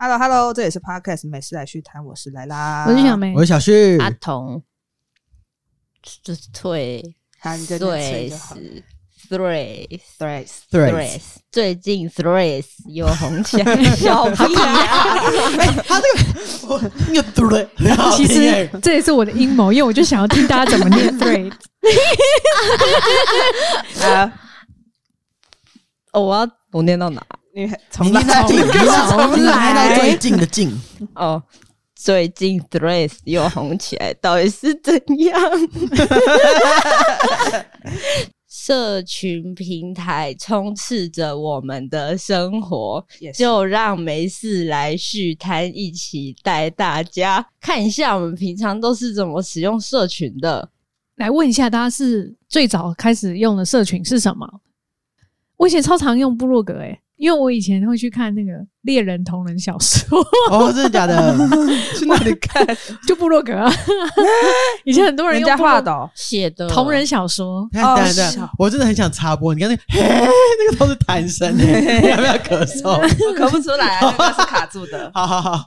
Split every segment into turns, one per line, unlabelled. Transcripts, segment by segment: Hello Hello，这里是 Podcast 美食来续谈，我是莱拉，
我是小梅，
我是小旭，
啊
阿童，这退
好，你就
对
对
是 Thrace
对，
对，
Thrace，最近 Thrace 有红 起来，小屁啊！
他这个我那个嘟嘞，很好
其
听耶
欸
实这也是我的阴谋，因为我就想要听大家怎么 念 three。
啊，
哦，我要我念到哪？
你
你
从
念到
来
近，你念到你念到最近的近，
哦，最近 Thrace 又红起来，到底是怎样？社群平台充斥着我们的生活，
也是
就让没事来续摊，一起带大家看一下我们平常都是怎么使用社群的。
来问一下，大家是最早开始用的社群是什么？我以前超常用部落格、欸，因为我以前会去看那个猎人同人小说，
哦，真的假 的？
去那 里看
就部落格、 啊。以前很多人
人
用
家
部落
画的哦，
写的
同 人小说，
看，
哦
等一下
是
等
哦
下，我真的很想插播，你看那个，嘿，那个都是 弹声耶，你要不要咳嗽？
我咳不出来，啊那个是卡住的。
好好好，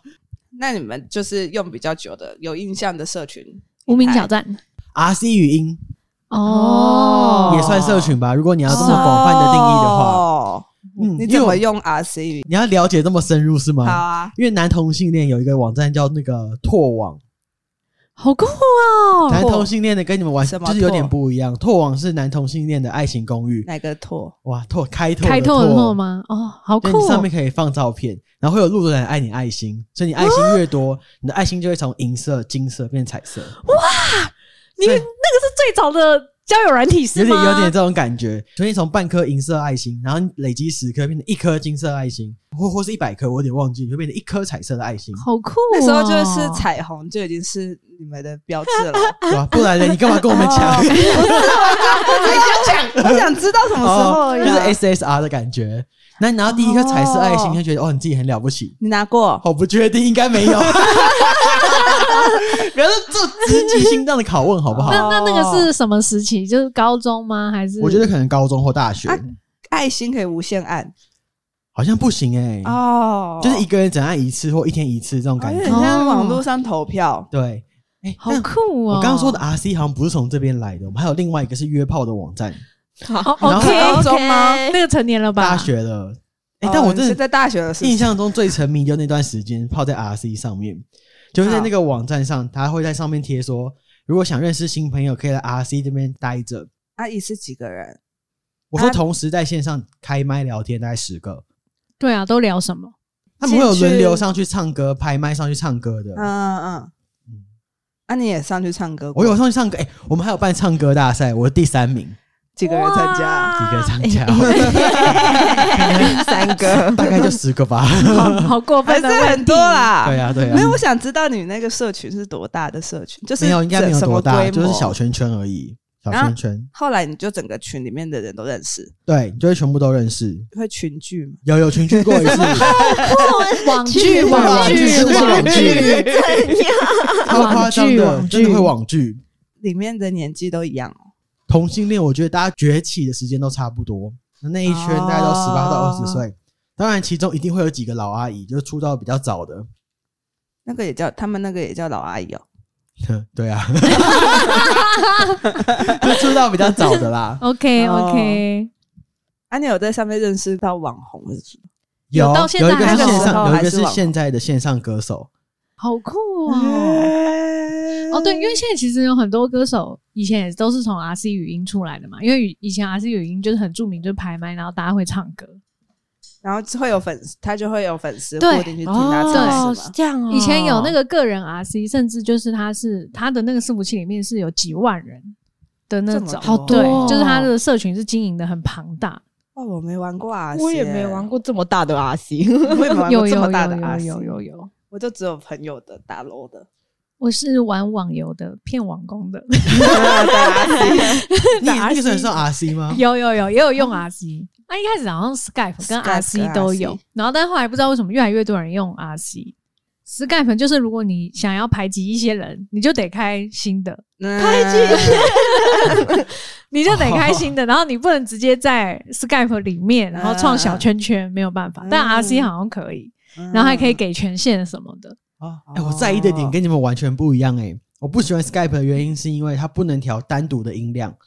那你们就是用比较久的、有印象的社群，
无名小站。
R C 语音
哦，
也算社群吧，如果你要这么广泛的定义的话，
哦
嗯，
你
因为
怎
我
么用 RC 语？
你要了解这么深入是
好
吗？
啊，
因为男同性恋有一个网站叫那个拓网，
好酷哦！
男同性恋的跟你们玩
什么
就是有点
拓
不一样。拓网是男同性恋的爱情公寓，
哪个拓？
哇，拓开拓的
开拓的拓
拓？
吗？哦，好酷
就你上
哦
面！可以放照片，然后会有路人爱你爱心，所以你爱心越多，你的爱心就会从银色、金色变彩色，
你那个是最早的交友软体是
有点
吗？
有点这种感觉。所以你从半颗银色爱心，然后你累积十颗变成一颗金色爱心，或或是一百颗，我有点忘记，就变成一颗彩色的爱心，
好酷、哦！
那时候就是彩虹就已经是你们的标志了。
对吧？不然呢，你干嘛跟我们抢？
我想，我想知道什么时候
哦，
呀
就是 SSR 的感觉。那你拿到第一颗彩色爱心，你就觉得哦，你自己很了不起。
你拿过？
哦我不确定，应该 没有。不要这直击心脏的拷问，好不好？
那那那个是什么时期？就是高中吗？还是
哦我觉得可能高中或大学，
啊爱心可以无限按
好像不行哎、
哦，
就是一个人只按一次或一天一次这种
哦
感
有
觉。
点像网络上投票。
对，哎、
好
但
酷哦！
我刚刚说的啊 RC 好像不是从这边来的，我们还有另外一个是约炮的网站，
哦
啊然后
，OK，
高中吗
OK
那个成年了吧？
大学了。哎、
哦
但我
你
真
是
的
在大学的时候
印象中最沉迷就那段时间泡在 RC 上面，就是在那个网站上，他会在上面贴说，如果想认识新朋友，可以来 RC 这边待着。
阿姨是几个人？
我说
啊
同时在线上开麦聊天，大概十个，
对啊，都聊什么？
他们会有
进去
轮流上去唱歌，拍麦上去唱歌的。
嗯嗯嗯
嗯。
啊，你也上去唱歌过？
我有上去唱歌，哎、我们还有办唱歌大赛，我第三名，
几个人参加？
几个人参加，
哎三 个，
大概就十 个吧。
好好过
还
分
是
的问
很
题
多。啦。
对啊，对啊，
没有，我想知道你那个社群是多大的社群？就是
没有，应该没有
什么
多大，
规模啊
就是小。圈圈而已，小圈圈。
后来你就整个群里面的人都认识，
对，你就会全部都认识。
会群聚吗？
有有群聚过一 次，
网剧，网
剧
剧，
是
网
网
剧，
剧，超夸张的，
网剧
真的会网剧。
里面的年纪都一样哦。
同性恋，我觉得大家崛起的时间都差不多，那一圈大概都十八到二十岁。当然，其中一定会有几个老阿姨，就是出道比较早的。
那个也叫他们那个也叫老阿姨哦。
哼对啊，就出道比较早的啦。
OK
哦
OK，
啊，你有在上面认识到网红是不是？
有
有
到现在
有一个是
还是
线
网
上，
红
有一个
还是
是
网红
现在的线上歌手。
好酷哦！哦，对，因为现在其实有很多歌手以前也都是从 RC 语音出来的嘛，因为以以前 RC 语音就是很著名，就是排麦，然后大家会唱歌。
然后会有粉丝，他就会有粉丝
对
固定去听他唱
哦，
是
是
吗？
这样哦。
以前有那个个人 RC，甚至就是他是他的那个伺服器里面是有几万人的那
这么
种，
好
对
多
哦，
就是他的社群是经营的很庞大。
哇，我没玩过啊，
我也没玩，过这么大的 RC，
我也没玩
有
过
有
这
有
么大的
有
RC，
有有有，
我就只有朋友的打楼 的。
我是玩网游的，骗网 工的，
你也那个时候也是用 RC
哦
吗？
有有有也有用 RC。那、一开始好像 Skype 跟
Skype 跟
RC 都有
RC，
然后但后来不知道为什么越来越多人用 RC。Skype 就是如果你想要排挤一些人，你就得开新的，
开机，
你就得开新
哦
的，然后你不能直接在 Skype 里面，然后创小圈圈，没有办法。但
嗯
RC 好像可以， 然后还可以给权限什么的。
啊，哎、我在意的点跟你们完全不一样哎、我不喜欢 Skype 的原因是因为它不能调单独的音量，因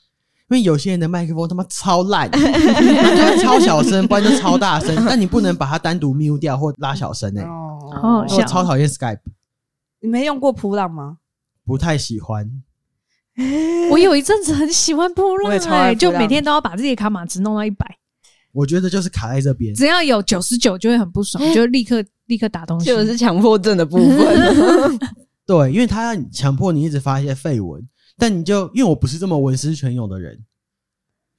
为有些人的麦克风他妈超烂，它就会超小声，不然就超大声，但你不能把它单独 mute 掉或拉小声哎、
好
哦
笑
我超讨厌 Skype，
你没用过普朗吗？
不太喜欢。
我有一阵子很喜欢波浪、
我也超爱
欸，就
波浪
每天都要把自己的卡码值弄到一百，
我觉得就是卡在这边，
只要有九十九就会很不爽，
哦
就立刻立刻打东西。
就是强迫症的部分。
对，因为他强迫你一直发一些废文，但你就因为我不是这么文思泉涌的人，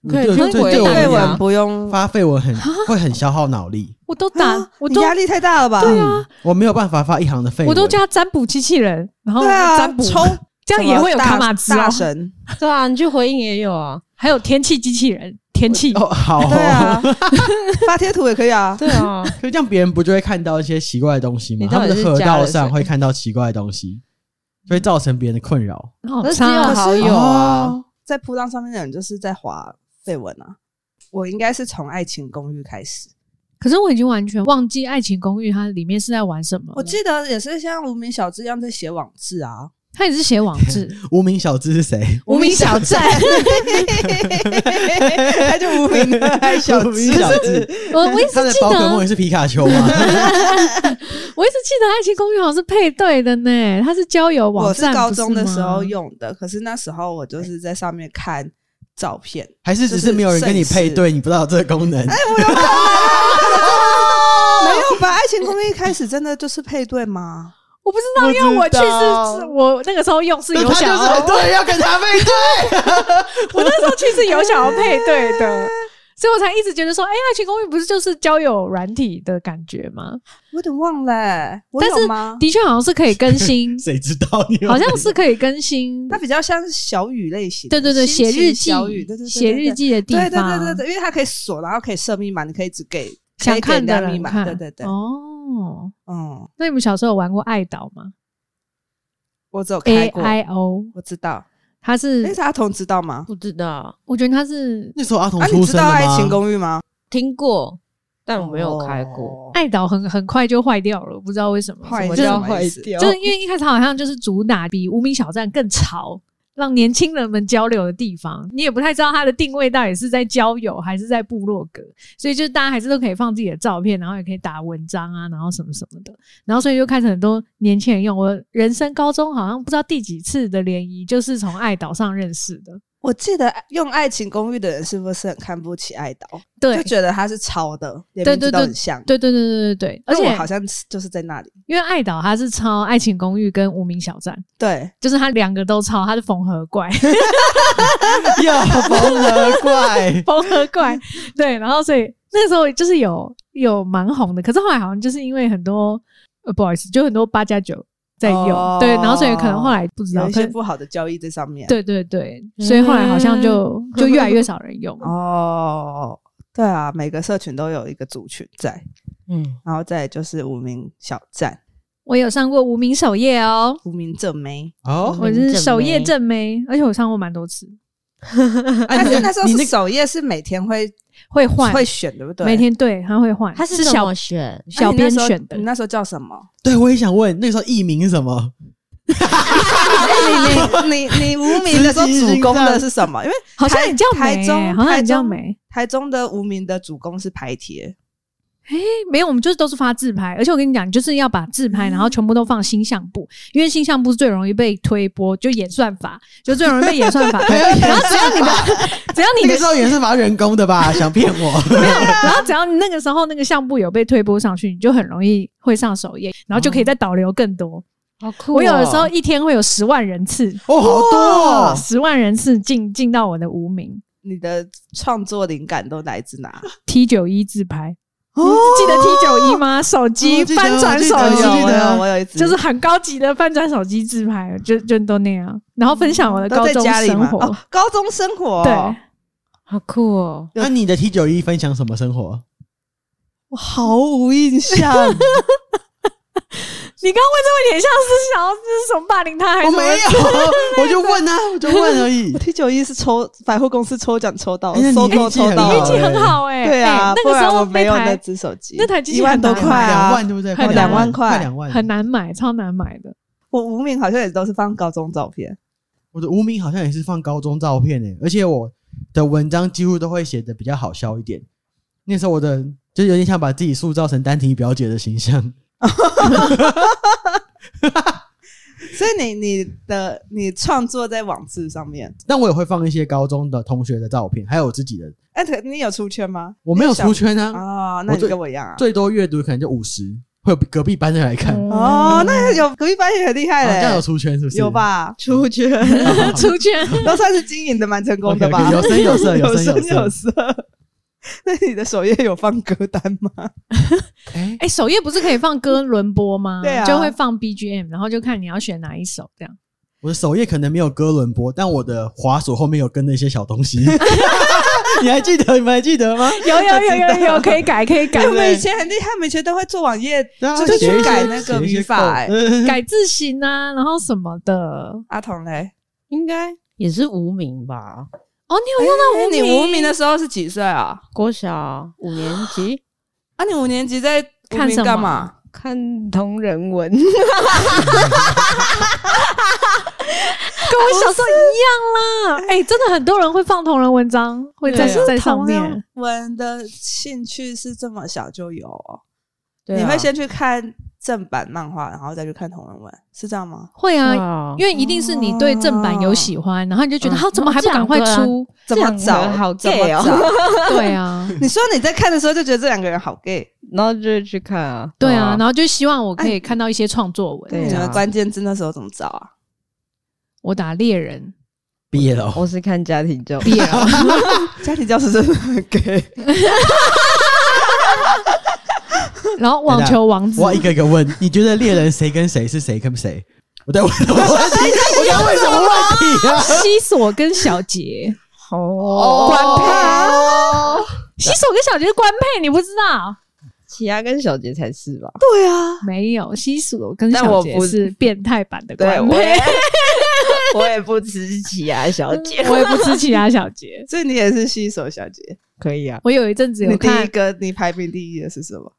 可以
对
去
对
回
对我
答
来
绯
呀
讲
闻不
啊
用，
发废文很会很消耗脑力，
我都打，
啊
我
你
都
压力太大了吧？
对啊，我没有办法发一行的废文，
我都叫他占卜机器人，然后
对啊，
占卜，
抽
这样也会有卡码值
什么大
哦
大。神，
对啊，你去回应也有啊。
还有天气机器人，天气
哦好哦
对 啊，发贴图也可以啊。
对啊，
可这样别人不就会看到一些奇怪的东西吗
你？
他
到
们
底
的
是
河
加
道
了
上
谁
会看到奇怪的东西，就会造成别人的困扰。
好
那只
差
有
哦。
好友啊。
在铺浪上面的人就是在滑绯闻啊。我应该是从《爱情公寓》开始，
可是我已经完全忘记《爱情公寓》它里面是在玩什么
我
了。
记得也是像无名小志一样在写网志啊。
它也是写网 志，
无名小知是谁？
无名小 站。
他就无名的爱小
无名
志，
小知，
我 我一直
他的
记
宝可梦也
得，
是皮卡丘吗？
我一直记得《爱情公寓》好像是配对的呢，它是交友网
我
站。
是高中的时候
不是吗，
用的，可是那时候我就是在上面看照片。
还是只
就是是
没有人跟你配对，你不知道这个功能？
没有吧？爱情公寓一开始真的就是配对吗？
我不知道，因为我去
不知
是
道
我那个时候用是有
他
想
就
要
是
哎
很多人要跟他配对。，
我那时候其实有想要配对的，所以我才一直觉得说，哎、爱情公寓不是就是交友软体的感觉吗？
我有点忘了、欸我
但是
有吗？
的确好像是可以更 新
谁知道你有
好像是可以更新
它。比较像小雨类型的，
对对对，
心
写
情
日记
小雨，对对，对
写日，记的地
对对
方，
对对对对，因为它可以锁，然后可以设密码，你可以只给
想
可以
看的
给人家密
人
码，
看，
对对对，
哦，
嗯，
那你们小时候有玩过爱岛吗
我只有开
？A
过，
I O，
我知道。
它
哎，
是，
是阿童知道吗？
不知道，
我觉得它是
那时候阿童
啊，
出
你知
生
道《
了
爱情
吗？
公寓》吗？
听过，但我没有开过。
哦，
爱岛很很快就坏掉了，不知道为什么，
坏
什么
就
叫
掉坏掉
就是因为一开始好像就是主打比无名小站更潮，让年轻人们交流的地方，你也不太知道它的定位到底是在交友还是在部落格，所以就是大家还是都可以放自己的照片，然后也可以打文章啊，然后什么什么的，然后所以就开始很多年轻人用。我人生高中好像不知道第几次的联谊，就是从爱岛上认识的，
我记得用《爱情公寓》的人是不是很看不起爱岛？
对
就。觉得它是抄的，连
对
名字
对
都
对
很像。
对对对对对对，而
但
且
我好像是就是在那里，
因为爱岛它是抄《爱情公寓》跟《无名小站》，
对，
就是它两个都抄，它是缝合怪。
有缝合 怪
缝合 怪，对，然后所以那时候就是有有蛮红的，可是后来好像就是因为很多呃不好意思，就很多八加九在用，
哦
对，然后所以可能后来不知道，
有一
可
些
能
不嗯好的交易在上面。
对对对，所以后来好像就、
嗯
就越来越少人用。
哦，对啊，每个社群都有一个族群在，
嗯，
然后再来就是无名小站、
我有上过无名首页哦，
无名正 妹，
哦！
我是首页正妹，而且我上过蛮多次，
哎
但是啊那时候
你
是
那
首页是每天会
会换，
会选，对不对？
每天对，他会换，
他是怎
小
么选？
哎你
小
那
编
时候
选的
你，那时候叫什 么？
对我也想问，那个时候艺名是什么？
哎
你你 你你无名的时候主攻的是什么？因为
好像你叫
台
梅、
台中
好像你叫
台中
梅，
台中的无名的主攻是排贴，
没有，我们就是都是发自拍，而且我跟你讲，你就是要把自拍，然
嗯
后全部都放星象部，因为星象部是最容易被推波，就演算法，就最容易被演算法。
还要哎演算法，
只要你
那
的
个时候啊演算法人工的吧？想骗我？
没有，然后只要你那个时候那个项目有被推播上去，你就很容易会上首页，然后就可以
哦
再导流更多。
好酷哦
我有的时候一天会有十万人次，
哦，好多哦！
十万人次进进到我的无名
你的创作灵感都来自 哪？
T 九一自拍，
哦
记得 T 九一吗？手机
我记得
翻转手
我记
机
得。
我有，我有一只，
就是很高级的翻转手机自拍，就就都那样，然后分享我的
嗯都
呃高
在
中
家里
生
嘛。
活。
哦，高中生活、
对，
好酷哦！
那你的 T 九一分享什么生活？
我毫无印 象。
你刚刚问这个脸像是想要是什么霸凌他，还是
我
什么
没有，我就问啊，我就问而 已。
T 九一是抽百货公司抽奖抽到
哎那，你
收
运
购
气
抽
很
到
好
运
了，
气很好哎、
对啊，
哎那
不
个时
然
候
我没有
那
那
台
只手机，
那台机器
一万多
很难
块
买
啊
两，万对不对？
很
快
两万
块
快两万。
很难买，超难买的。
我无名好像也都是放高中照片，
我的无名好像也是放高中照片诶、而且我的文章几乎都会写的比较好笑一点。那时候我的就是有点想把自己塑造成丹婷表姐的形象，
所以你你的你创作在网志上面，
但我也会放一些高中的同学的照片，还有我自己的。
哎，可你有出圈吗？
我没有出
圈
圈啊，
哦，那
我
你
最
跟我一样啊。
最多阅读可能就五十，会有隔壁班的来看。
哦，那有隔壁班也很厉害
好像有
嘞，
出圈是不是？
有？吧？
出 圈，
哦
出圈
都算是经营的蛮成功的吧？
OK，OK，
有
有声有色有声有色
有色。 那你的首页有放歌单 吗？
哎、
哎、首页不是可以放歌轮播吗？
对啊
就会放 BGM，然后就看你要选哪一首这样。
我的首页可能没有哥伦布，但我的滑鼠后面有跟那些小东西。你还记得？你们还记得吗？
有有有 有 有，可以改可以改
哎，我们以前很厉害，我们以前都会做网页
对啊
就
写
去
一些
改那个
写一些
语法
扣
哎
嗯
改字型啊，然后什么的。哦
阿童嘞。
应该也是无名吧？
哦，你有用到
哎
无
你
名？
无名的时候是几岁啊？
国小五年级
啊，你五年级在无
看
名
什
干
么
嘛？
看同人文，
跟我小时候一样啦。 哎、真的很多人会放同人文章，会在
对啊
在上面
同。文的兴趣是这么小就有哦，
对啊
你会先去看正版漫画，然后再去看同人文，是这样吗？
会
对
啊，
啊，
因为一定是你对正版有喜欢，然后你就觉得
嗯
他、怎么还不赶快
这样
出？
怎么
这样
找？
很好
怎么
gay 哦
找？
对啊，
你说你在看的时候就觉得这两个人好 gay，
然后就会去看啊，
对啊，然后就希望我可以看到一些创作文。
对啊
你们关键字那时候怎么找啊？
我打猎人，
毕业了哦，
我是看家庭教育，
猎人。
家庭教师真的很 gay，
然后网球王子，
我一个一个问，你觉得猎人谁跟谁是谁跟谁？我在问什么问题？我在问什么问题啊？
西索跟小杰，
哦，
官
啊
配，西索跟小杰是官配，你不知道？
奇亚跟小杰才是吧？
对啊，
没有，西索跟
但
小
我
杰
不
是变态版的
对，
官
我
配
也， 我也不吃奇亚小姐，
我也不吃其他小杰。
所以你也是西索小姐。
可以啊，
我有一阵子
你
有
第一
看，
个你排名第一的是什么？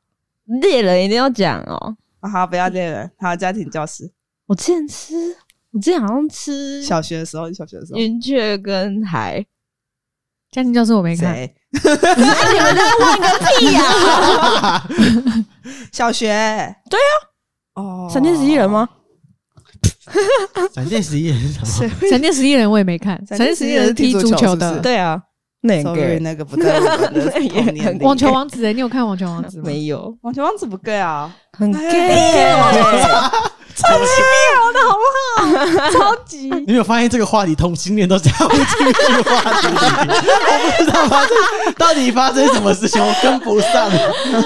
猎人一定要讲哦，
啊、好，不要这人，好，家庭教师。
我之前吃，我之前好像吃
小学的时候，你小学的时候，
云雀跟海，
家庭教师我没看，
谁？
你们在换个屁啊呀！
小学？
对
啊。哦，
闪电十一人？吗？
闪电十一人是 啊什么？
《闪电十一人》我也没看， 《闪
闪
电
电
十
十
一
一
人
人》是
踢
踢
足
足
球
球的
的，
对啊，那
Sorry，
个
那个不在我们的童年里。
网球王子欸，你有看网球王子吗？
没有，
网球王子不 gay 啊？
很
哎
gay，
超级
你有发现这个话题同性恋都加不进去话题？我不知道发生到底发生什么事情，我跟不上，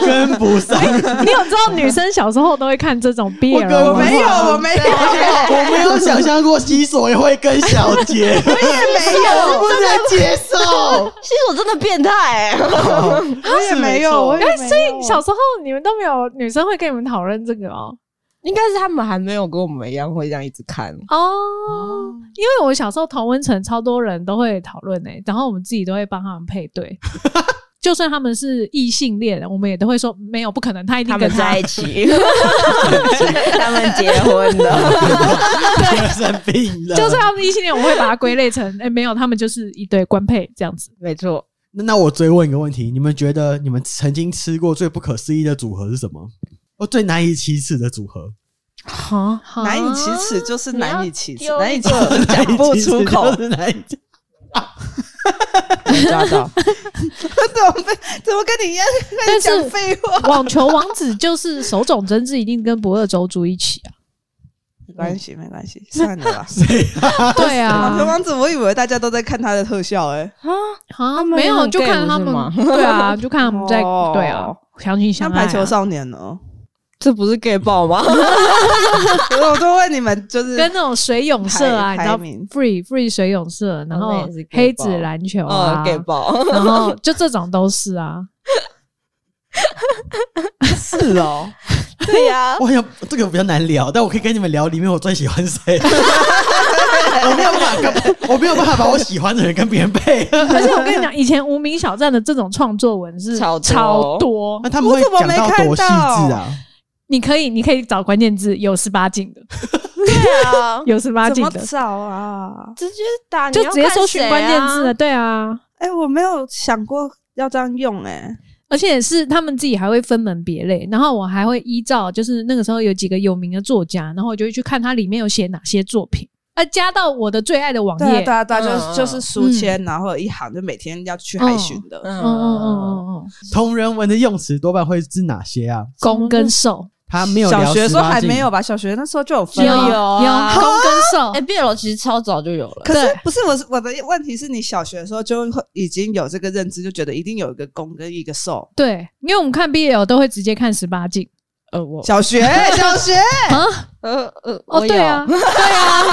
跟不上。
你有知道女生小时候都会看这种 BL
跟
吗哎
我没有，我没有，
我没有想象过西索也会跟小杰，我
没有，
不能接 受。
其实我真的变态欸，
我也没有，我也没有。所以
哎小时候你们都没有女生会跟你们讨论这个哦。
应该是他们还没有跟我们一样会这样一直看，
哦，因为我小时候同温层超多人都会讨论诶，然后我们自己都会帮他们配对， 就算他们是异性恋，我们也都会说没有不可能，他一定
他
跟
们在一起， 他们结婚了，
生病 了，
就算他们异性恋，我会把它归类成哎、没有，他们就是一对官配这样子。
没错，
那那我追问一个问题：你们觉得你们曾经吃过最不可思议的组合是什么？哦，最难以启齿的组合，
哈，
难以启齿就是难以启
你
齿
要，丢
难以启齿讲不出口
就，是难以
没抓到。 怎么被怎么跟你一样开始
但是
讲废话？
网球王子就是手冢真治一定跟不二周住一起 啊，
没关系，没关系，算了吧。
对
网球
啊，
王子，我以为大家都在看他的特效，哎，
啊，
啊
他们
没有
很
就
gay
看他们
不，
对啊，就看他们 在
哦
对啊，相亲
像
相爱啊
排球少年哦呢。
这不是 gay 爆 吗？
我就问你们，就是
跟那种水泳社啊，
排
你知道
排名
free free 水泳社，然
那
后
也是 gay
黑子
吧
篮球
哦
啊，
，gay 爆，
然后就这种都是啊，
是 哦，
对呀
我，好像哦这个比较难聊，但我可以跟你们聊里面我最喜欢谁。 我没有办法跟，我没有办法把我喜欢的人跟别人配。
而且我跟你讲，以前无名小站的这种创作文是
超多
超多
那，他们会讲到多细致啊？
你可以你可以找关键字有十八禁的，
对啊，
有十八
怎
禁
么
的，
找啊？
直接打，
就
你要
直接
看
搜寻
谁啊
关键字的，，对啊。
哎，我没有想过要这样用，哎，
而且是他们自己还会分门别类，然后我还会依照就是那个时候有几个有名的作家，然后我就会去看它里面有写哪些作品，啊，加到我的最爱的网
对啊，
页。
对啊，对啊，
嗯
就是就是书签，然后有一行就每天要去海巡的，
嗯嗯嗯嗯
嗯，
嗯，
同人文的用词多半会是哪些啊？
攻跟受
他没有聊
小学时候
18
还
禁
没有吧？小学那时候就有
有
分
有
了
有
啊
攻跟受
哎，，变楼其实超早就有了，
可是
对
不是我是我的问题是你小学的时候就会已经有这个认知，就觉得一定有一个攻跟一个受。
对，因为我们看 BL 都会直接看十八禁
呃，我
小学，小学，
啊，
呃呃，
哦
我
对
有
啊，对啊，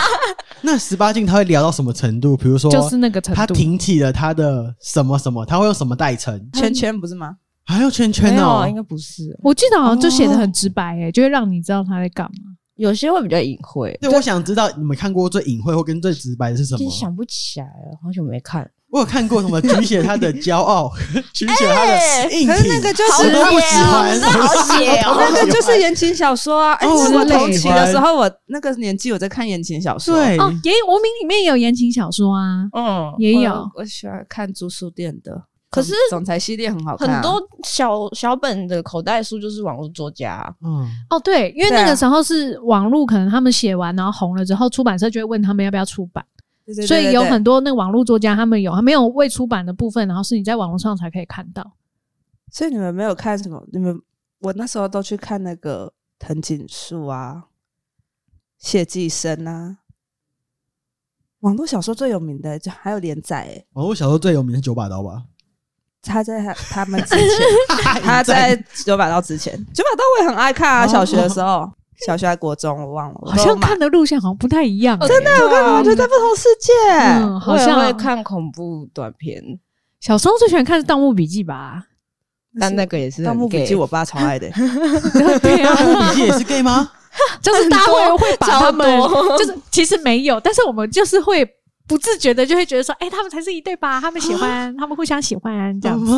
那十八禁他会聊到什么程度？比如说，
就是那个程
他
度。
挺起了他的什么什么，他会用什么代称？
圈圈不是吗？
还有圈圈
没有
哦
啊，应，该不是，
我记得好像就写的
哦
很直白、诶，就会让你知道他在干嘛。
有些会比较隐晦，
对，我想知道你们看过最隐晦或跟最直白的是什
真
么？
想不起来了，好久没看，
我有看过什么举写他的骄傲，举写他的硬
可是那
挺
个，就
我
是
都不喜欢，
那好写哦
那个就是言情小说啊。哎，
哦
我
我不
同期
喜
的
欢
时候，我那个年纪我在看言情小说，
对，
哦，言无名里面也有言情小说啊，
嗯，
也
我
有。
我喜欢看租书店的，
可是
总总裁系列很好看啊，
很多小小本的口袋书就是网络作家，啊
嗯，
哦，对，因为
对啊
那个时候是网络，可能他们写完然后红了之后，出版社就会问他们要不要出版，
对，对对
所以有
对
很多那个网络作家他们有，他没有未出版的部分，然后是你在网络上才可以看到。
所以你们没有看什么？你们我那时候都去看那个藤井树啊、谢继生啊，网络小说最有名的就还有连载、欸，
网络小说最有名的九把刀吧，
他在他他们之前，他在九把刀之前，九把刀我也很爱看啊，
哦
小学的时候，小学还国中我忘了，我
好
都
像
买
看的路线好像不太一样、
哦真的
我看完就在不同世界，
嗯，好
啊我也
像
会看恐怖短片，
小时候最喜欢看是《盗墓笔记》吧？
但那个也是啊
《盗墓笔记》
我
我爸超爱的、
对
《盗墓
啊，
笔记》也是 gay 吗？
就是大家会会把他们
超，多
就是其实没有，但是我们就是会不自觉的就会觉得说，哎、他们才是一对吧？他们喜 欢，他们互相喜欢这样子。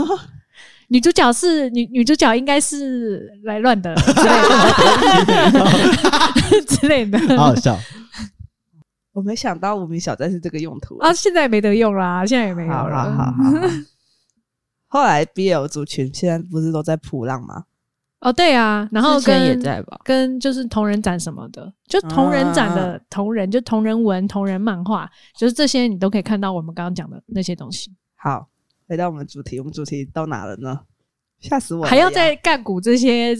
女主角是女女主角应该是来乱 的之类的之类的
好好笑，
我没想到无名小站是这个用途、欸
啊，现在没得用啦，现在也没有
好啦
了。
好好好。后来 BL 族群现在不是都在普浪吗？
哦，对啊，然后
之前
跟
也在吧，
跟就是同人展什么的，就
啊
同人展的同人，就同人文、同人漫画，就是这些你都可以看到我们刚刚讲的那些东西，
好，回到我们主题，我们主题到哪了呢？吓死我了呀！
还要再干股这些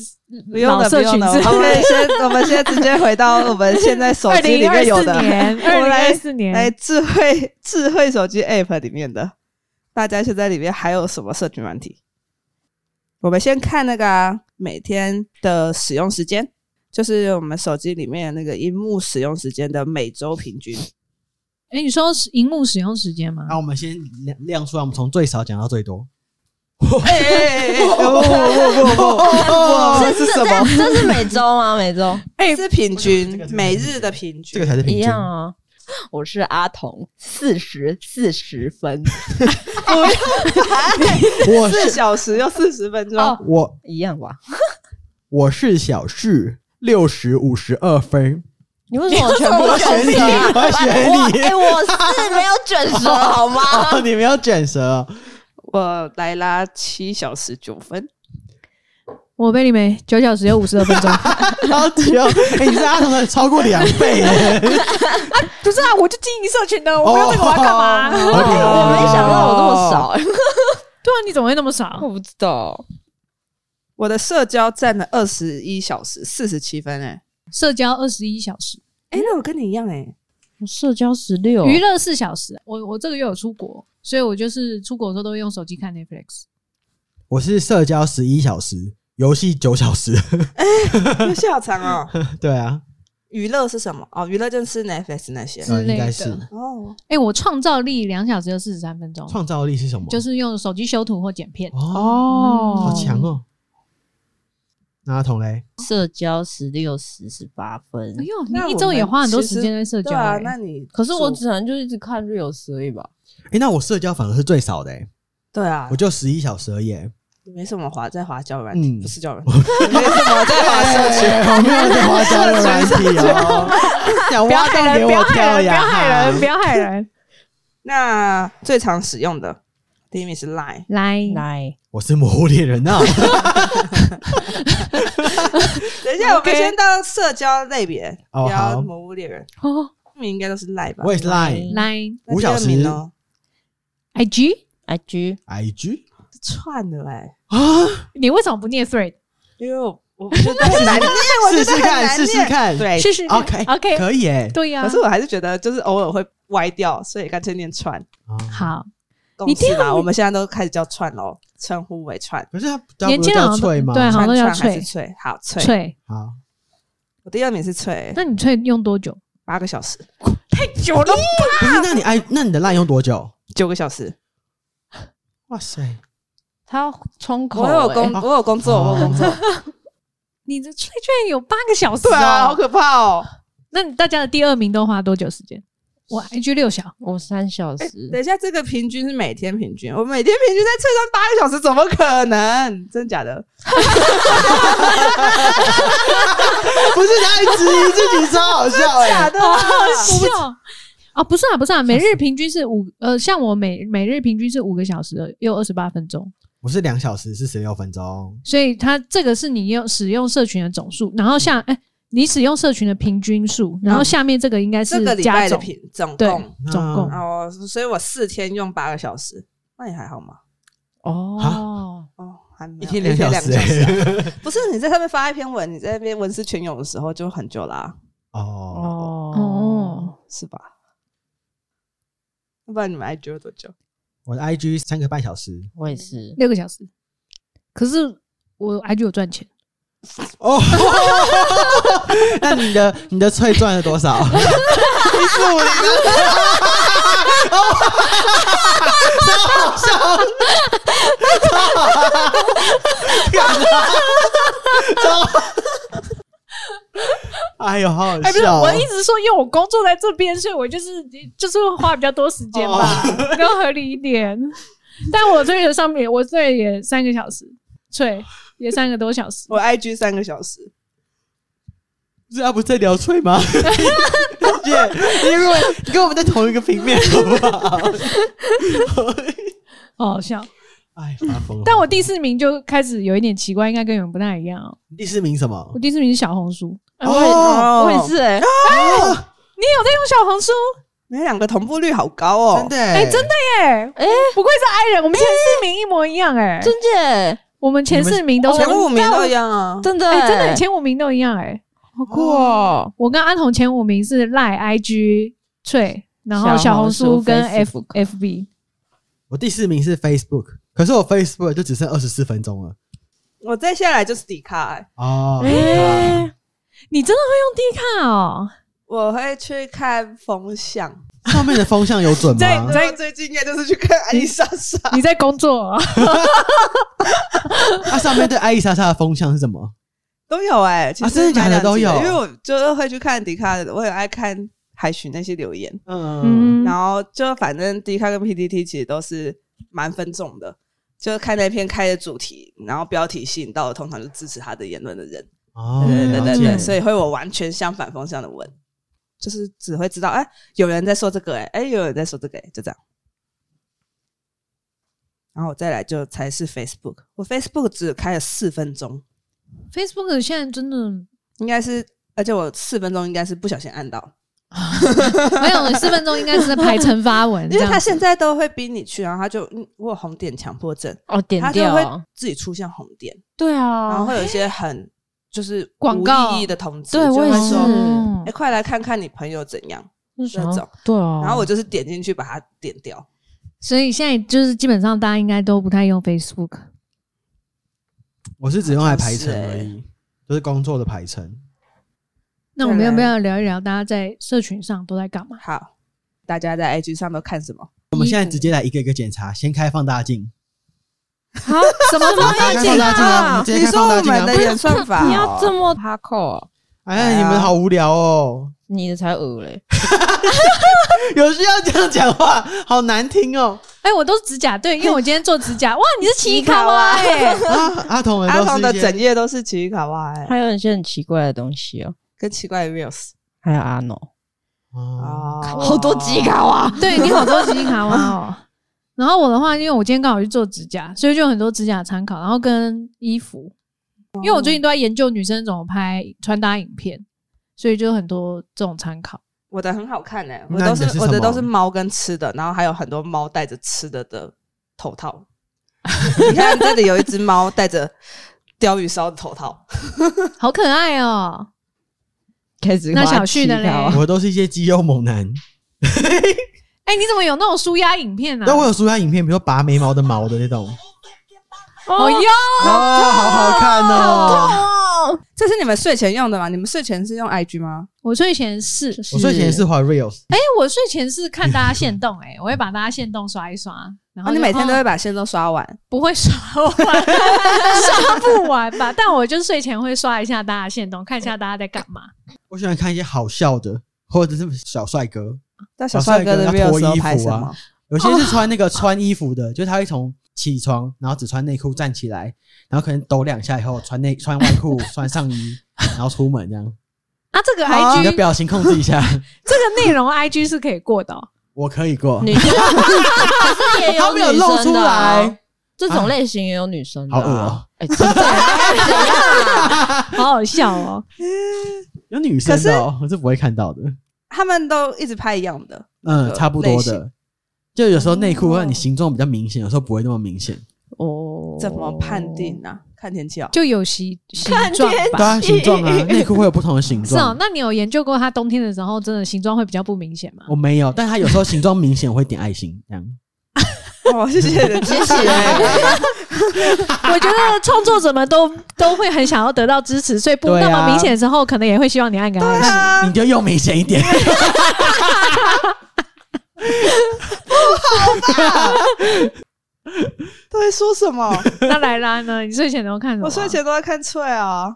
不用
老
了，不
社
用
群
了。
是
我们先，我们先直接回到我们现 在手
二
机里
零二
面有
四
的，
年，
我
二
们
零
来
二四
来
年，
智慧智慧手机 App 里面的，大家现在里面还有什么社群软体？我们先看那个啊、每天的使用时间，就是我们手机里面的那个荧幕使用时间的每周平均。
哎，你说是荧幕使用时间吗？
那我们先亮亮出来，我们从最少讲到最多。
哎哎哎！
哦
不不不不不，是什么？
这是每周吗？每周
哎，是平
这
均
个这个
每日的平均
这个。才是平
一
均。
样啊。我是阿童，四十四十分
啊
我
四小时又四十分钟，
哦，
我
一样吧？
我是小旭，六十五十二分。
你为什么全部
我
都
选你，
是啊？
我选
我
你
哎，。我是没有卷舌好吗？
哦，你们要卷舌，
我来啦七小时九分，
我被你们九小时有五十二 分钟，
超级哦！哎，你是阿童的超过两倍耶！
不是啊，我就经营社群的，我不用这个我要干嘛？
哦
对
哎我没想到我这么少，
啊，你怎么会那么少？
我不知道。
我的社交占了二十一小时四十七分、欸，哎、
社交二十一小时，
那我跟你一样、 欸，
我社交十六
哦
娱乐四小时。我我这个月有出国，所以我就是出国的时候都会用手机看 Netflix。
我是社交十一小时，游戏九小时。
哎，游戏好长哦。
对啊，
娱乐是什么？哦，娱乐就是 Netflix 那些
之。
嗯，
类的
应该是
哦，
哎、我创造力两小时有四十三分钟，
创造力是什么？
就是用手机修图或剪片。
哦，好强哦！那阿童嘞？
社交十六十十八分
哎，呦，
那
你一
我
周也
们
花很多
其
时
实
间在社
对
交、
啊，
哎
那你
可是我
数
只能就一直看 reels 而已吧。
哎，那我社交反而是最少的耶，
对啊
我，就十一小时而已耶。
没什么滑在滑交友软体，
嗯
不是交友软体，没什么在滑社群。
我没有在花交友软体哦，想
不要
挖洞
害人，
给
不要
我
害
跳
人，不
呀！
要害人，不要害 人。
那最常使用的第一名是 Line，
来，
来，
我是魔物猎人啊！
等一下我
OK
们先到社交类别，
哦
不要
好
魔物猎人，
哦，
第一名应该都是 Line 吧
我也是 Line、
来
那
五
第二
小时
名哦，
，IG，
IG
IG
串了哎，
啊，
你为什么不念 Thread？
因为我 我觉得很难念，我觉得
试试
很
看，
难
试试
念。
看，
对，
试试看
OK
OK，
可以耶。
对呀、
哎可是我还是觉得就是偶尔会歪掉，所以干脆念串。
哦，
好，
共识
你第二
啦，
名
我们现在都开始叫串喽，称呼为串，
可是他他
年
不是
轻人好
叫
像
脆吗？
对好像
串
都叫
串还
翠
是翠？好翠，
翠，
好，
我第二名是翠，
那你翠用多久？
八个小时，
久了，
不是，那你 I 那你的 Line 用多久？
九个小时。
哇塞，
他窗口
我有工，
欸
我有工作，
哦
我有工作。
你的翠翠有八个小时、哦，
对啊，好可怕哦！
那你大家的第二名都花多久时间？我 IG 六小，
啊
我三小时
等一下，这个平均是每天平均，我每天平均在翠上八个小时，怎么可能？真假的？
不是他一直疑自己，超好笑哎！
的啊，
笑啊，不是啊，不是啊，每日平均是五呃，像我每每日平均是五个小时，又二十八分钟，
我是两小时是十六分钟，
所以它这个是你用使用社群的总数，然后下
嗯
哎、你使用社群的平均数，然后下面这个应该
嗯这
是
个礼
加
拜
总
的，平总
对
共，
总共
那
哦，所以我四天用八个小时，那也还好嘛。
哦，
哦，还没有
一天
一
两
天
小
两
时
个小时啊。
欸。
不是你在上面发一篇文，你在那边文思泉涌的时候就很久啦、
哦，
哦
哦，
是吧？不然你们 IG 有多久？
我的 IG 三个半小时
我也是，
六个小时。可是我 IG 有赚钱，
哦。 那你的你的脆赚了多 少？一四五零超好笑，超好笑，哎呦，好好
哎，不是，
笑哦！
我一直说，因为我工作在这边，所以我就是就是会花比较多时间吧， 比较合理一点。但我这个上面，我这也三个小时，对，也三个多小时。
我 IG 三个小时，
不是啊，不是在聊脆 吗？姐，你如果你跟我们在同一个平面，好不好？
好好笑。
哎，发疯了！
但我第四名就开始有一点奇怪，应该跟你们不太一样哦。
第四名什么
我？第四名是小红书，哎我也
哦
我也是
你
哎，
有在用小红书？
你们两个同步率好高哦，
真的
哎
哎
真的耶！哎，不愧是 I 人，我们前四名一模一样哎，
真的耶
我们前四名都
前五名都一样啊。
真的欸
哎，真的
耶
前五名都一样哎。
好酷哦，
我跟阿童前五名是赖 IG 翠，然后小红书跟
小红
F
书
FB。
我第四名是 Facebook，可是我 Facebook 就只剩二十四分钟了
我再下来就是迪卡、欸，
哦。
啊
哎，你真的会用 D 卡 哦？
我会去看风向。
上面的风向有准
在
吗？
然后最近应该就是去看艾丽莎莎，
你在工作啊？
它啊上面对艾丽莎莎的风向是什么？
都有哎、欸，其实
啊真的假的
蛮两极
都有
因为我就是会去看迪卡的，我很爱看海巡那些留言。
嗯，
嗯
然，后就反正 D 卡跟 PTT 其实都是蛮分众的，就是看那篇开的主题，然后标题吸引到的通常就支持他的言论的人，
哦，
嗯对对
了
对对
解
对，所以会有完全相反风向的文，就是只会知道哎、有人在说这个哎、哎、有人在说这个哎、就这样。然后我再来就才是 Facebook。我 Facebook 只开了四分钟，
Facebook 现在真的
应该是，而且我四分钟应该是不小心按到，
没有四分钟，应该是在排成发文，
因为
这样
他现在都会逼你去，然后他就嗯，我有红点强迫症，
哦，点
他就
掉
会
哦，
自己出现红点，
对
然后
啊，
会有一些很就是
广
无
告
意义的通知，
对
就
我
会
也
说，哎、
是
嗯
快来看看你朋友怎样，
那时候
那种，
对啊，
然后我就是点进去把它点掉。
哦所以现在就是基本上大家应该都不太用 Facebook。
我是只用来排程
好像是
而
欸
已，就是工作的排程。
那我们要不要聊一聊大家在社群上都在干嘛？
好，大家在 IG 上都看什么？
我们现在直接来一个一个检查，先开放大镜，
好， 什么
放大
镜
放大镜啊！
啊
你直接开放大镜啊！
演算法
你要这么哈扣，
哎呀，你们好无聊哦，
你的才恶嘞，
有需要这样讲话，好难听哦。
哎、我都是指甲队，因为我今天做指甲。哇，你是奇
奇
卡
卡
哇
哇、
欸？
啊，阿童的
阿
都
童
是
的
一
整
些，
页都是奇遇卡哇、欸，
还有一些很奇怪的东西哦，
跟奇怪的
嗯
reels
还有阿诺，
哦
啊、
好多啊吉卡哇，
对你好多奇 卡哇哦。然后我的话，因为我今天刚好去做指甲，所以就有很多指甲参考，然后跟衣服，因为我最近都在研究女生怎么拍穿搭影片，所以就很多这种参考。
我的很好看哎、我
那
都
你的是
我
什
的
么
都是猫跟吃的，然后还有很多猫带着吃的的头 套。你看这里有一只猫戴着鲷鱼烧的头套，
好可爱哦、
开始
那
画
小旭的
奇卡哇
嘞
我都是一些肌肉猛男。
哎、你怎么有那种舒压影片啊？
但我有书他影片，比如说拔眉毛的毛的那种，
哦哟，
哦，好好看哦。
哦，
这是你们睡前用的吗？你们睡前是用 IG 吗？
我睡前是，哎、
我睡前是滑 reels，
哎
我睡前是看大家现动、哎，我会把大家现动刷一刷，然
哦，
后就、
你每天都
哦
会把线都刷完，
不会刷完， 刷不完吧？但我就睡前会刷一下大家线动，看一下大家在干嘛。
我喜欢看一些好笑的，或者是小帅哥。
那
哦
小帅哥的
小帅哥
reels
他脱
都
衣服啊
拍什么？
有些是穿那 个穿衣服的，就是他会从起床，然后只穿内裤站起来，然后可能抖两下以后穿内穿外 裤穿上衣，然后出门这样。
啊，这个
啊
你的
IG、
表情控制一 下，
这个内容 IG 是可以过的、哦，
我可以过。
女生可是也
他
有
没有
女
露
生
出
的啊
来，
这种类型也有女生的
好恶
啊，
哦
哎，真 的
好好笑哦。
有女生的、哦，我是不会看到的。
他们都一直拍一样的，
嗯，差不多
类
的
型。
就有时候内裤让你形状比较明显，有时候不会那么明显。
哦，
怎么判定？呢、啊？看天气哦。
就有形形
看
状
天
对
吧。
啊，形状啊，内裤会有不同的形
是哦
状，。
那你有研究过它冬天的时候，真的形状会比较不明显吗？
我没有，但它有时候形状明显，我会点爱心 这样。
哦，谢谢 你的支 持。
我觉得创作者们都都会很想要得到支持，所以不
对
那
啊
么明显的时候，可能也会希望你按个
啊
爱心。
你就又明显一点。
都在说什 么？
那莱拉呢？你睡前都看什么？
我睡前都在看翠啊，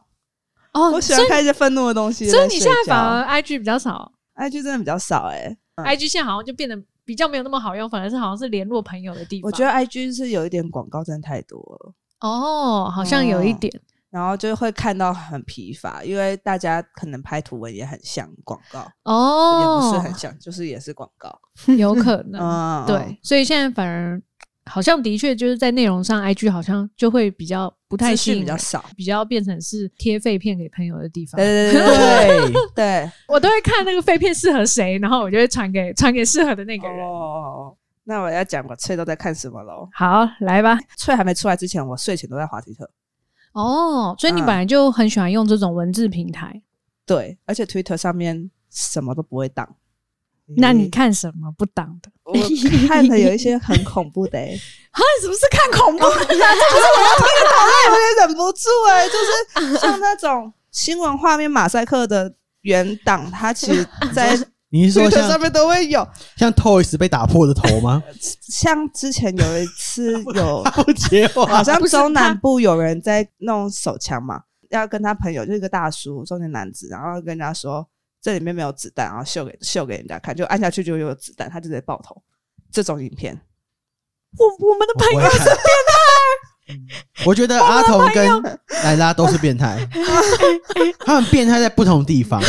哦，
我喜
所
欢
以
看一些愤怒的东西。
所以你现在反而 IG 比较少。
而 IG 真的比较少哎、
IG 现在好像就变得比较没有那么好用，反而是好像是联络朋友的地方。
我觉得 IG 是有一点广告真的太多了，
哦，好像有一
嗯
点，
然后就会看到很疲乏，因为大家可能拍图文也很像广告，也不是
哦，
很像，就是也是广告。
有可能，
嗯，
对，所以现在反而好像的确就是在内容上，IG 好像就会比较
嗯，
不太
资
吸
讯
引
比较
人，
少。呃
比较变成是贴废片给朋友的地方
对。对对对对
对，
对
我都会看那个废片适合谁，然后我就会传给传给适合的那个
对。
人。
哦，那我要讲我翠都在看什么喽？
好，来 吧。
翠还没出来之前，我睡前都在滑推特。
哦，所以你
嗯
本来就很喜欢用这种文字平台，
对，而且 Twitter 上面什么都不会挡。
那你
嗯
看什么不挡的？
我看了有一些很恐怖的、欸，
啊，什么是看恐怖？
我有点忍不住哎、 就是像那种新闻画面马赛克的原档，它其实 在
你是说
Twitter 上
像
面都会有。
像 Toys 被打破的头吗？
像之前有一次 有，
不接话，
好像中南部有人在弄手枪嘛，要跟他朋友就是一个大叔中年男子，然后跟人家说这里面没有子弹，然后秀给秀给人家看，就按下去就有子弹，他就直接爆头。这种影片，
我我们的
我不会看，我觉得阿童跟莱拉都是 变态，他们变态在不同地方。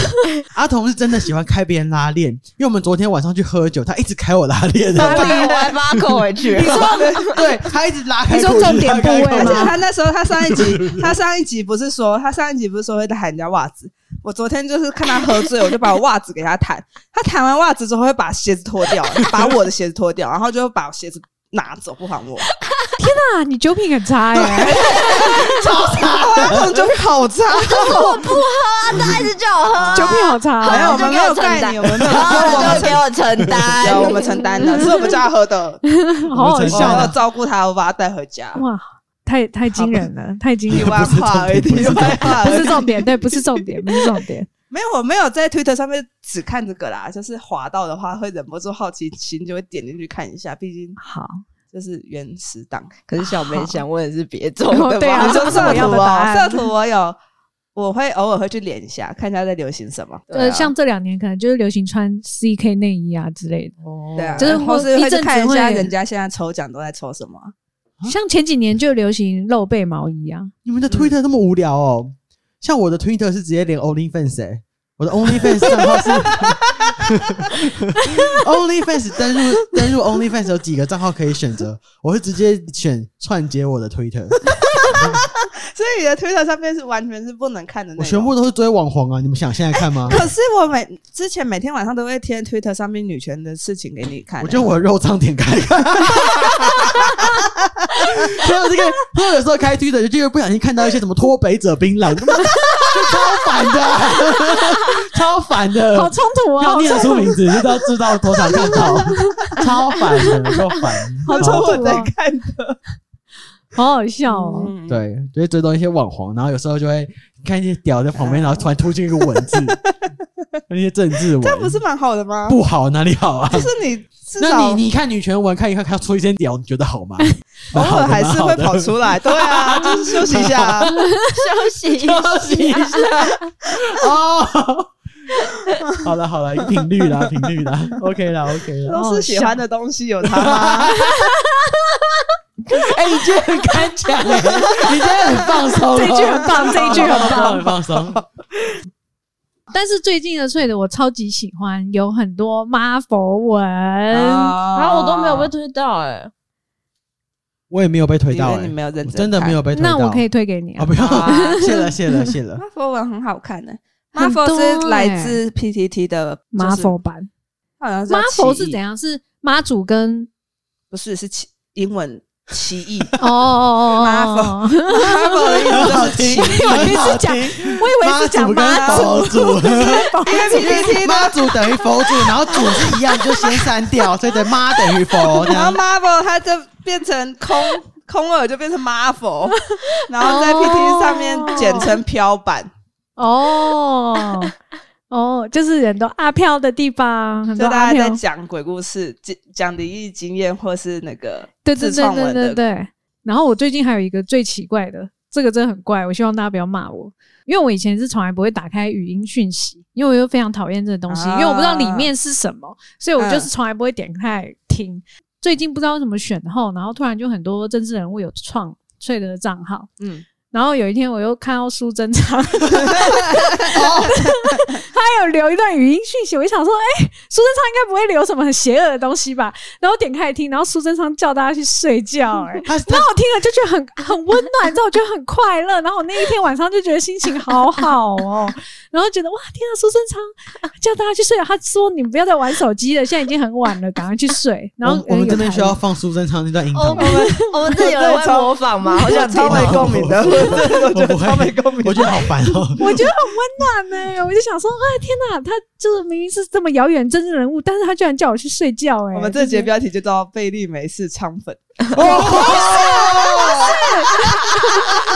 阿童是真的喜欢开别人拉链，因为我们昨天晚上去喝酒，他一直开我拉链，
我还把它扣回去。啊
对他一直拉开
你说
过去。
重点
拉开
部位
过
而
去
且
吗
他那时候，他上一集，他上一集不是说，他上一集不是说会弹人家袜子。我昨天就是看他喝醉，我就把我袜子给他弹。他弹完袜子之后会把鞋子脱掉，把我的鞋子脱掉，然后就把鞋子拿走不还我。
啊，你酒品很差哎、
哇，他们酒品好差，
我不喝啊，他一直叫我喝啊，
酒品好差、哦
没有，
好
我们没有盖你，我们没有，我
喝
们
就给我承担。
有我们承担的，是我们叫他喝的，
好好
我
我
们承
笑
担
要
啊！
照顾他，我把他带回家。
哇，太太惊人了，太惊
题
人了！
外话而已，题外话而
不
已
是重点，对，不是重点，不是重点。
没有，我没有在推特上面只看这个啦，就是滑到的话会忍不住好奇心，就会点进去看一下，毕竟
好，
就是原始档。
可是小梅想问的是别种
哦
的
对啊
吧？
你说
这
社
么样
图
的答
哦，
案
社图我有，我会偶尔会去连一下，看一下在流行什么。
对啊
呃，像这两年可能就是流行穿 CK 内衣啊之类的。
哦
对啊，
就是
或是
我
会
一
去
阵子
看一下
会
人家现在抽奖都在抽什么啊。
像前几年就流行露背毛衣啊，
你们的 Twitter
嗯
那么无聊哦？像我的 Twitter 是直接连 OnlyFans 哎、我的 OnlyFans 账号是 OnlyFans 登入登入 OnlyFans 有几个账号可以选择，我会直接选串接我的 Twitter，
哦所以你的推特上面是完全是不能看的那
我全部都是追网红啊！你们想现在看吗？
可是我每之前每天晚上都会贴推特上面女权的事情给你看、
我觉得我的肉脏点开 看。所以我这个，所以我有时候开 Twitter 就会不小心看到一些什么脱北者槟榔，他 妈超烦的 啊，超烦的，
好冲突啊！
呃要
好
念得
冲
出名字，就知道知道多少看到，超烦的，又烦，
好
是
冲
我
突
在
啊
看的。
好好笑哦！
嗯，
对，就会追踪一些网红，然后有时候就会看一些屌在旁边，然后突然突进一个文 字，那些政治文，
那不是蛮好的吗？
不好哪里好啊
就？是你至
那
少
你你看女权文看一看，看出一些屌，你觉得 好吗？
偶
蛮好
尔
的
还是会跑，出 来，对啊，就是休息一下啊。
休息一
蛮好的休息一下哦。 好了好了，频率啦频率啦，OK 啦 OK 啦。
都是喜欢的东西有它 吗？
哎，你今天很敢 讲哎，你今天很放松哦，
这一句很棒，这一句很棒。
很 放松。
但是最近的翠的我超级喜欢，有很多妈佛文，
然
嗯然
后我都没
哦
有被推到哎，
我也没有被推
你
到、
们
欸，
你没有认
我
真，
真的没有。被推到。
那我可以推给你
啊，
啊。
不要，
啊
谢了，谢了，谢 了。
马佛文很好看的，马
很
佛
多
是来
欸
自 PTT 的就是
妈佛版，
好像是叫
妈佛
奇
是
异
怎？样？是妈祖跟
不是，是奇英 文奇异。
哦哦哦哦哦，
马 佛的意 思就是奇异。
我以为是讲，我以为是讲妈
妈
祖，
祖跟佛祖，
因为 PTT
妈
的，
祖等于佛祖，然后祖是一样，就先删掉，所以等于妈等 于佛这
然后
样。
马佛它就变成空。空耳就变成马佛，然后在
哦
PTT 上面简称飘版，
哦哦，就是很多阿飘的地方，很
就
多
大家
阿飘
在，讲鬼故事、讲讲灵异经验或是那个
对对
自
对
创
对
文
对
的
对。然后我最近还有一个最奇怪的，这个真的很怪，我希望大家不要骂我，因为我以前是从来不会打开语音讯息，因为我又非常讨厌这个东西，
啊
因为我不知道里面是什么，所以我
嗯
就是从来不会点开来听。最近不知道为什么选后，然后突然就很多政治人物有创翠的账号，
嗯，
然后有一天我又看到苏贞昌，
哦。
他有留一段语音讯息，我就想说，哎、苏贞昌应该不会留什么很邪恶的东西吧？然后点开来听，然后苏贞昌叫大家去睡觉、哎
他他
然后我听了就觉得很很温暖，之后我觉得很快乐，然后我那一天晚上就觉得心情好好哦，然后觉得哇，天啊，苏贞昌叫大家去睡了，他说你们不要再玩手机了，现在已经很晚了，赶快去睡。然后
我我们这边需
说。
要放苏贞昌那段音
我
档吗
们？我们这 有人会模仿吗？好想听
超哦没
哦
共 鸣的，我觉得
不会
超没共鸣的。
我觉得好烦哦。
我觉得很温暖呢、我就想说，哎，天哪，他就是明明是这么遥远的真正人物，但是他居然叫我去睡觉、哎，
我们这 节标题就叫贝利美式昌粉，
哦，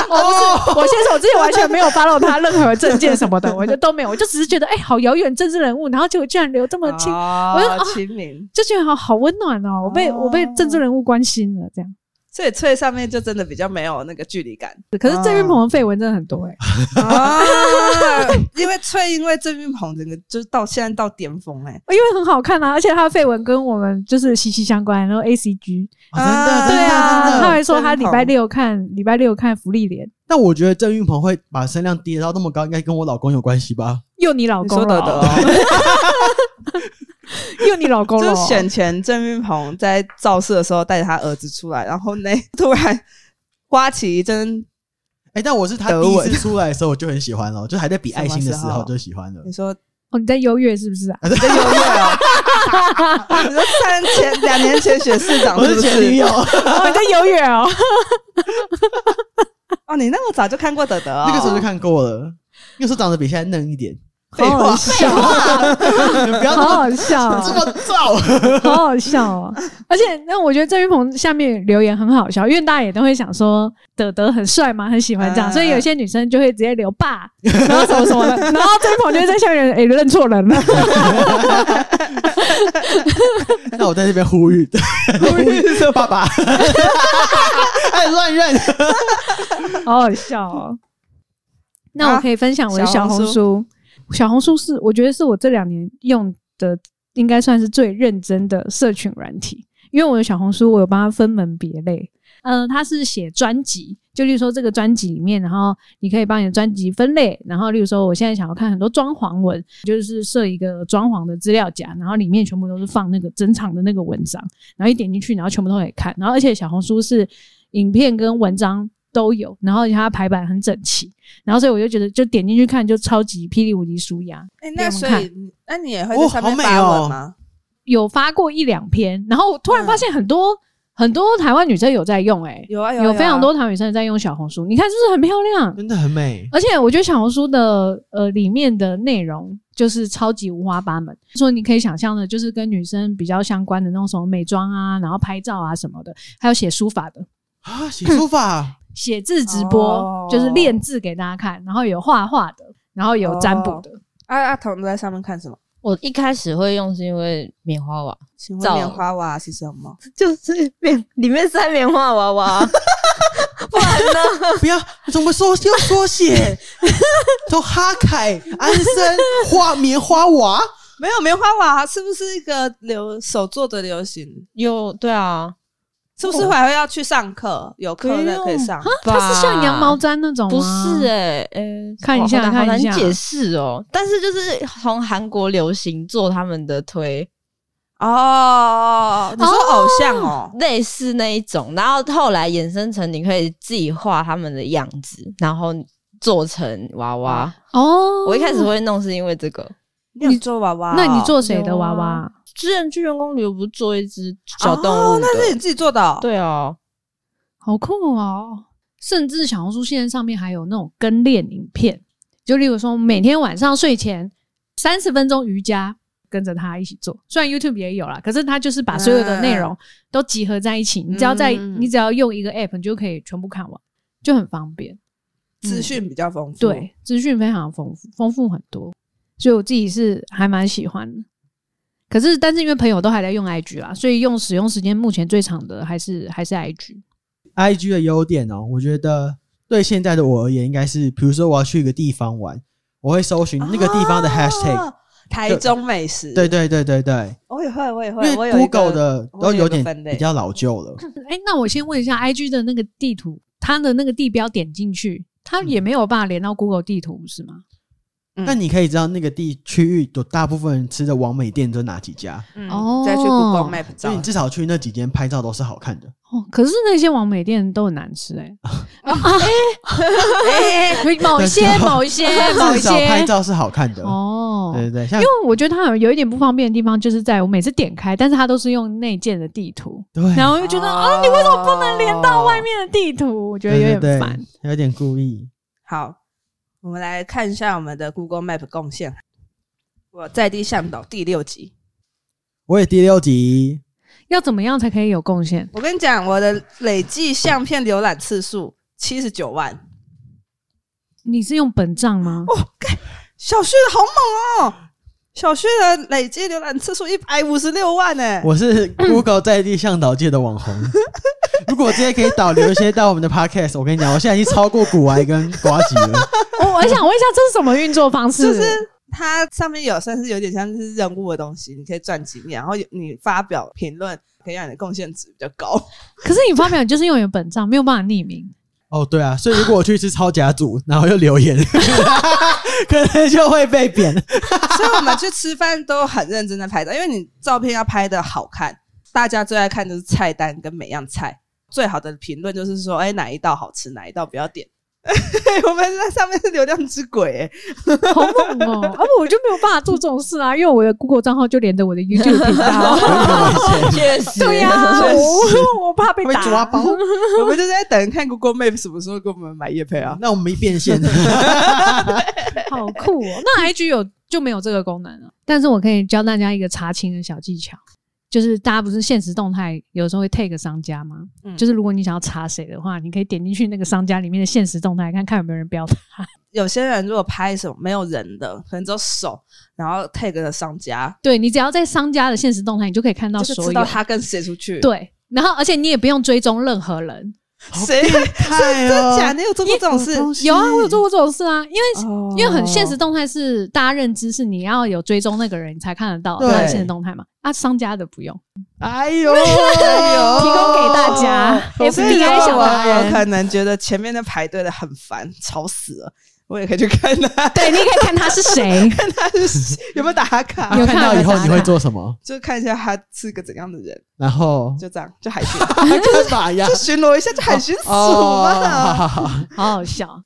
不是，我先说，我之前完全没有 follow 他任何证件什么的，我就都没有，我就只是觉得，哎、好遥远政治人物，然后结果居然留这么亲，
哦
我就哦
亲民。哦
就觉得好好温暖哦，我被、我被政治人物关心了，这样
所以脆上面就真的比较没有那个距离 感
可是郑云鹏的绯闻真的很多哎、
啊， 因为脆因为郑云鹏整个就是到现在到巅峰哎、
因为很好看啊，而且他的绯闻跟我们就是息息相关，然后 A C G，
哦真的，
啊
真
对
的
啊，
真
他
的。
还说他礼拜六看礼拜六看福利脸，
那我觉得郑云鹏会把声量跌到那么高，应该跟我老公有关系吧？
又你老
你
公
说
了
得
哦，
的哦。
又你老公 了
就
哦，
是选前郑云鹏在造势的时候带着他儿子出来，然后呢，突然刮起一阵，
哎，但我是他
德
第一
文
次出来的时候我就很喜欢了，就还在比爱心的时
什么时
候
候
就喜欢了
你。说
哦，你在优越是不是啊？
你在优越哦，啊你说三年前 两年前选市长
我
是
是
不
前女
是？
友，
哦，你在优越哦，
哦，你那么早就看过德德哦，
那个时候就看过了。那个时候长得比现在嫩一点，
废
好好
话，
笑，啊
你们不要
好
这么
好笑哦，
这么燥。
好好笑哦！而且，那我觉得郑云鹏下面留言很好笑，因为大家也都会想说德德很帅嘛，很喜欢这样，
嗯
所以有些女生就会直接留爸，然后什么什么的，然后郑云鹏就会在下面哎、诶认错人了，
那我在这边呼吁，呼吁爸 爸，哎，乱认。
好好笑哦。那我可以分享我的
啊
小红书，小红书是我觉得是我这两年用的应该算是最认真的社群软体，因为我的小红书我有帮它分门别类，嗯、它是写专辑，就例如说这个专辑里面，然后你可以把你的专辑分类，然后例如说我现在想要看很多装潢文，就是设一个装潢的资料夹，然后里面全部都是放那个珍藏的那个文章，然后一点进去，然后全部都可以看，然后而且小红书是影片跟文章都有，然后而且它排版很整齐，然后所以我就觉得就点进去看就超级霹雳无敌舒压，
哎，
给我
那
们
所
看
以你那你也会
哦
在上
好
面
美
发
哦
文吗？
有发过一两篇，然后我突然发现很多、很多台湾女生有在用、欸，哎、
有啊有啊
有非常
啊
多台湾女生在用小红书，你看是不是很漂亮？
真的很美。
而且我觉得小红书的呃里面的内容就是超级五花八门，说你可以想象的，就是跟女生比较相关的那种什么美妆啊，然后拍照啊什么的，还有写书法的，
啊，写书法，
写字直播、
哦
就是练字给大家看，然后有画画的，然后有占卜的，
啊阿童都在上面看什么？
我一开始会用是因为棉花娃，
请问
照
棉花娃是什么？
就是棉里面塞棉花娃娃，不然呢？
不要，怎么说又缩写？从哈凯、安生、花棉花娃，
没有棉花娃是不是一个流手做的流行？
有对啊，
是不是还会要去上课？有课的可以上。
它是像羊毛
吧。
毡那种吗？
不是哎、欸，
看一下
好难
看一
好
下
难解释哦。但是就是从韩国流行做他们的推，
哦，你说偶像哦？
类似那一种，然后后来衍生成你可以自己画他们的样子，然后做成娃娃。
哦，
我一开始会弄是因为这个，
你有做娃娃哦？
那你做谁的
有
娃
啊
娃？
之前去员工旅游不是做一只小动物
哦
的，
那是你自己做的哦？
对哦，
好酷哦！甚至小红书现在上面还有那种跟练影片，就例如说每天晚上睡前三十分钟瑜伽，跟着他一起做。虽然 YouTube 也有啦，可是他就是
嗯
把所有的内容都集合在一起，你只要在、
嗯
你只要用一个 App，你就可以全部看完，就很方便。嗯
资讯比较丰富。，
对，资讯非常丰富，丰富很多，所以我自己是还蛮喜欢的。可是，但是因为朋友都还在用 IG 啦，所以用使用时间目前最长的还是还是 IG。
IG 的优点哦，我觉得对现在的我而言，应该是，比如说我要去一个地方玩，我会搜寻那个地方的 hashtag、
哦台中美食。
对，对对对对，
我也会，我也会。
因
我
为
有一个
Google 的
我
都
有一个
点
分类
比较老旧了。
哎、那我先问一下，IG 的那个地图，它的那个地标点进去，它也没有办法连到 Google 地图，是吗？
嗯
但你可以知道那个地区域有大部分人吃的王美店都哪几家，
嗯
哦
再去 Google Map
所
找
以你。至少去那几间拍照都是好看的。
哦，可是那些网美店都很难吃 哎、
哎
某些
对
某 些某
至
一
少拍
些
照是好看的。
哦。
对对对，像
因为我觉得它好像有一点不方便的地方，就是在我每次点开，但是它都是用内建的地图，
对，
然后我就觉得啊，你为什么不能连到外面的地图？我觉得有
对对
点
对
烦。
有点故意。
好，我们来看一下我们的 Google Map 贡献。我在地向导第六集，
我也第六集，
要怎么样才可以有贡献？
我跟你讲，我的累计相片浏览次数七十九万。
你是用本账 吗？
小旭的好猛哦！小旭的累计浏览次数一百五十六万呢、
我是 Google 在地向导界的网红。如果这些可以导流一些到我们的 podcast，我跟你讲，我现在已经超过古玩跟瓜吉了。
我我想问一下，这是什么运作方式？
就是它上面有算是有点像是任务的东西，你可以赚经验，然后有你发表评论可以让你的贡献值比较高。
可是你发表你就是用你的本账，没有办法匿名。
哦，对啊，所以如果我去吃超甲组，然后又留言， 可能就会被贬。
所以我们去吃饭都很认真的拍照，因为你照片要拍的好看，大家最爱看就是菜单跟每样菜。最好的评论就是说，哎、哪一道好吃，哪一道不要点。 我们在上面是流量之鬼、 哎
好猛 哦、啊，我就没有办法做这种事啊，因为我的 Google 账号就连着我的 YouTube 频道。啊
哦 确实，
对呀、
哦
我我怕被
被
打。
抓 包，
我们就是在等看 Google Map 什么时候给我们买夜配啊。
那我们没变 现。
好酷哦！那 IG 有就没有这个功能了，但是我可以教大家一个查清的小技巧，就是大家不是现实动态有时候会 tag 商家吗？
嗯
就是如果你想要查谁的话，你可以点进去那个商家里面的现实动态，看看有没有人标他。
有些人如果拍什么没有人的，可能只有手，然后 tag 的商家，
对你只要在商家的现实动态，你就可以看到
就是
所
知
有
道。他跟谁出去。，
对，然后而且你也不用追踪任何人。
谁会
太
真假？
哦，
你有做过这种事？
有啊，我有做过这种事啊，因为、
哦
因为很现实动态是大家认知是你要有追踪那个人，你才看得到他的
对
现实动态嘛。啊，商家的不用，
哎呦，
提供给大家。
所以
FBI
如
小
果
达
我
人
有，可能觉得前面的排队的很烦，吵死了，我也可以去看 他
对，你可以看他是 谁。
看他是有没有打卡，
有
看
看
到
了
以后
打
你会
卡
做什么？
就看一下他是个怎样的人，
然后
就这样，就海 巡，
干嘛呀
就？巡逻一下，就海巡署
哦，
嘛。
好好好
好好笑。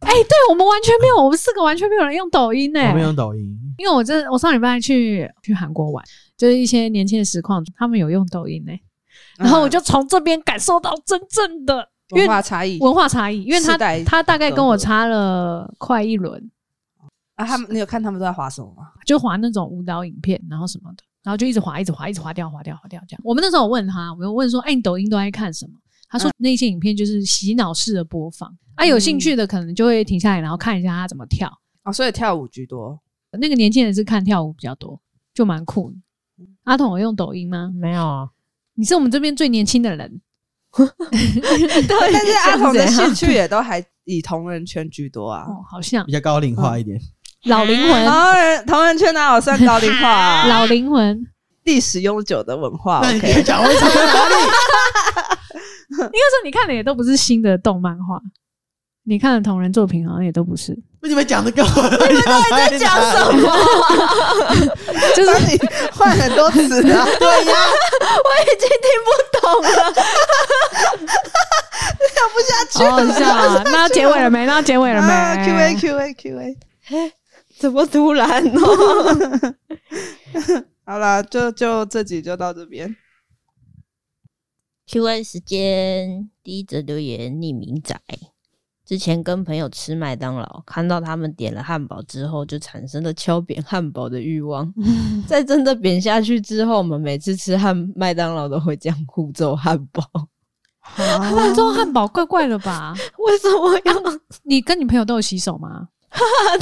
哎、对我们完全没有，我们四个完全没有人用抖音呢、
我们用抖音，
因为我真的，我上礼拜去去韩国玩，就是一些年轻的实况，他们有用抖音呢、
嗯
然后我就从这边感受到真正的
文化差异，
文化差异，因为他
世代
他大概跟我差了快一轮，
啊，他们你有看他们都在划什么吗？
就滑那种舞蹈影片，然后什么的，然后就一直滑，一直滑，一直滑掉，滑掉，滑掉这样。我们那时候有问他，我有问说，哎、你抖音都在看什么？他
嗯
说那些影片就是洗脑式的播放，啊，有兴
嗯
趣的可能就会停下来，然后看一下他怎么跳。
哦，所以跳舞居多。
那个年轻人是看跳舞比较多，就蛮酷的。阿童有用抖音吗？
没有啊，
你是我们这边最年轻的人，
但是阿童的
是
兴趣也都还以同人圈居多啊。
哦，好像
比较高龄化一点。
老灵魂，
啊
同人同人圈哪有算高龄化 啊？
老灵魂，应
历史悠久的文化
那你
，OK，
讲会差在哪 里？
该说你看的也都不是新的动漫画，你看的同人作品好像也都不是，
你们讲的跟我你们到底在讲什么？
就是
帮你换很多词啊。
对呀，
好好笑 啊！那要结尾了没？那要结尾了
啊
没
Q A Q A Q A，
怎么突然 哦？
好啦，就就这集就到这边。
Q&A 时间，第一则留言匿名仔。之前跟朋友吃麦当劳，看到他们点了汉堡之后，就产生了敲扁汉堡的欲 望。在真的扁下去之后，我们每次吃汉麦当劳都会这样互揍汉堡。
啊
温州汉堡怪怪的吧？
为什么要
你跟你朋友都有洗手吗？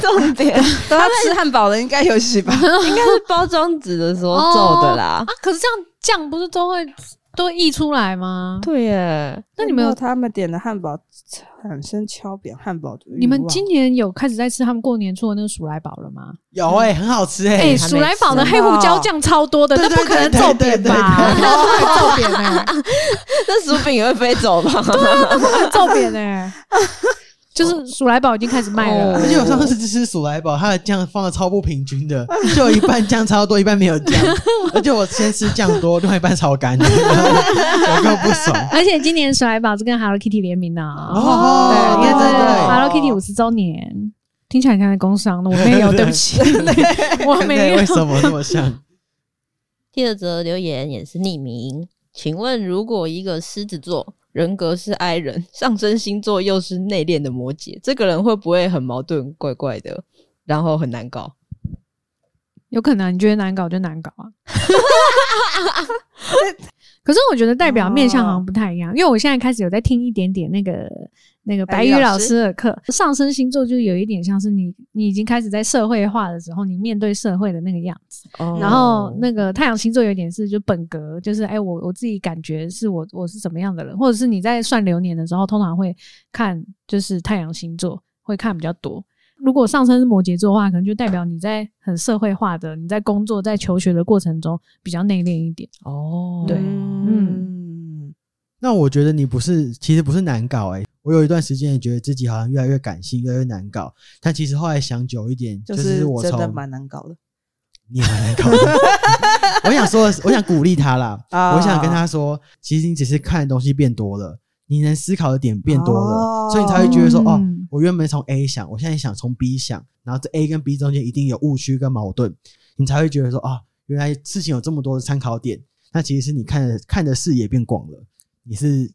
重点？
都要吃汉堡的应该有 洗吧？
应该是包装纸的时候皱的啦。
啊，可是这样酱不是都会都会溢出来吗？
对耶，
那你们有
他们点的汉堡产生敲扁汉堡的欲望
你们 今年有开始在吃他们过年做的那个鼠来宝了吗？
有哎，很好吃
哎、
哎。
还没
鼠来宝的黑胡椒酱超多的，
吃
那不可能
对对对
揍扁
对
哦
吧？ 那不可能揍
对对对
扁哎、
那薯饼也会飞走 吧？
那不可能揍扁哎、就是鼠来宝已经开始卖了，
哦
而且我上次吃鼠来宝，它的酱放的超不平均的，就有一半酱超多，一半没有 酱。而且我先吃酱多，另外一半超干的， 我够不爽。
而且今年鼠来宝是跟 Hello Kitty 联名的、哦
哦
对，
对
因为这
对
是
对
Hello Kitty 五十周年，听起来很像在工商的，我没有，对不起，我没
对，
有
为。什么那么像？
第二则留言也是匿名，请问如果一个狮子座人格是 I 人，上升星座又是内敛的摩羯，这个人会不会很矛盾、怪怪的，然后很难搞？
有可能你觉得难搞就难搞啊。啊 可是我觉得代表面向好像不太一样，因为我现在开始有在听一点点那个那个白宇
白宇
老
老师
师的课，上升星座就有一点像是你你已经开始在社会化的时候，你面对社会的那个样子。
哦
然后那个太阳星座有点是就本格，就是哎、我我自己感觉是我我是怎么样的人，或者是你在算流年的时候，通常会看就是太阳星座会看比较多。如果上升是摩羯座的话，可能就代表你在很社会化的，你在工作、在求学的过程中比较内敛一点。
哦
对
嗯，
那我觉得你不是，其实不是难搞哎、我有一段时间也觉得自己好像越来越感性，越来越难搞。但其实后来想久一点，
就
就是我
真
从
的蛮难搞的。
你也蛮难搞的。我想说的是，我想鼓励他啦，
啊
我想跟他说，其实你只是看的东西变多了，你能思考的点变多了，
哦
所以你才会觉得说，哦
嗯，
我原本从 A 想，我现在想从 B 想，然后这 A 跟 B 中间一定有误区跟矛盾，你才会觉得说，啊、原来事情有这么多的参考点，那其实是你看的看的视野变广了，你是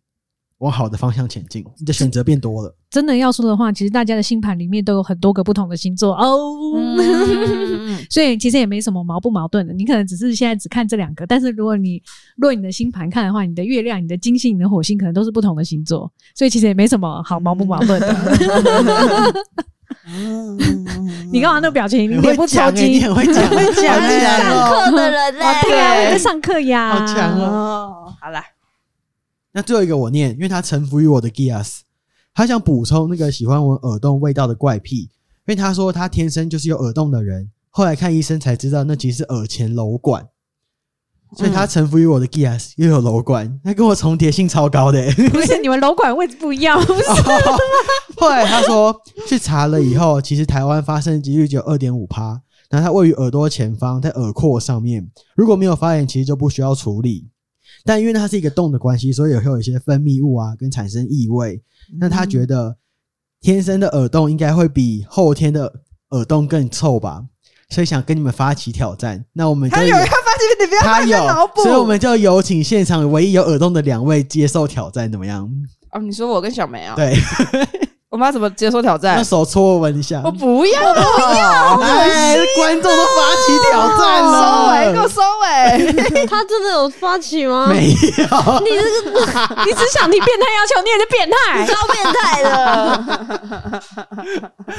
往好的方向前进，你的选择变多了。
真的要说的话，其实大家的星盘里面都有很多个不同的星座哦。
嗯
所以其实也没什么矛不矛盾的，你可能只是现在只看这两个，但是如果你如果你的星盘看的话，你的月亮、你的金星、你的火星可能都是不同的星座，所以其实也没什么好矛不矛盾
嗯
的。
嗯
你干嘛那个表情？你
会
脸不抽
讲欸你
筋？
很会讲，
会讲
好
欸
强哦
上课的人嘞、
哦，啊对啊，我在上课呀，
好强哦
哦，好啦，
那最后一个我念，因为他臣服于我的 Gias，他想补充那个喜欢闻耳洞味道的怪癖，因为他说他天生就是有耳洞的人，后来看医生才知道那其实是耳前瘘管，所以他臣服于我的 Gias 又有瘘管，那跟我重叠性超高的、欸。
不是你们楼管位置不一样，不是
后来他说去查了以后，其实台湾发生的几率只有二点五趴，然后它位于耳朵前方，在耳廓上面，如果没有发炎，其实就不需要处理。但因为它是一个洞的关系，所以也会有一些分泌物啊，跟产生异味。那他觉得天生的耳洞应该会比后天的耳洞更臭吧，所以想跟你们发起挑战。那我们就
他有人发现你不要慢
他
慢
有
脑，补，
所以我们就有请现场唯一有耳洞的两位接受挑战，怎么样？
哦，你说我跟小梅啊，
对，
我们要怎么接受挑
用
战？
手搓闻一下。
我不要，我不要，
哎，观众都发起挑战
收尾，给我
了，
收 尾。
他真的有发起吗？
没有，
你这个
哦
你只想提变态要求，你也是变 态。
超变态 的，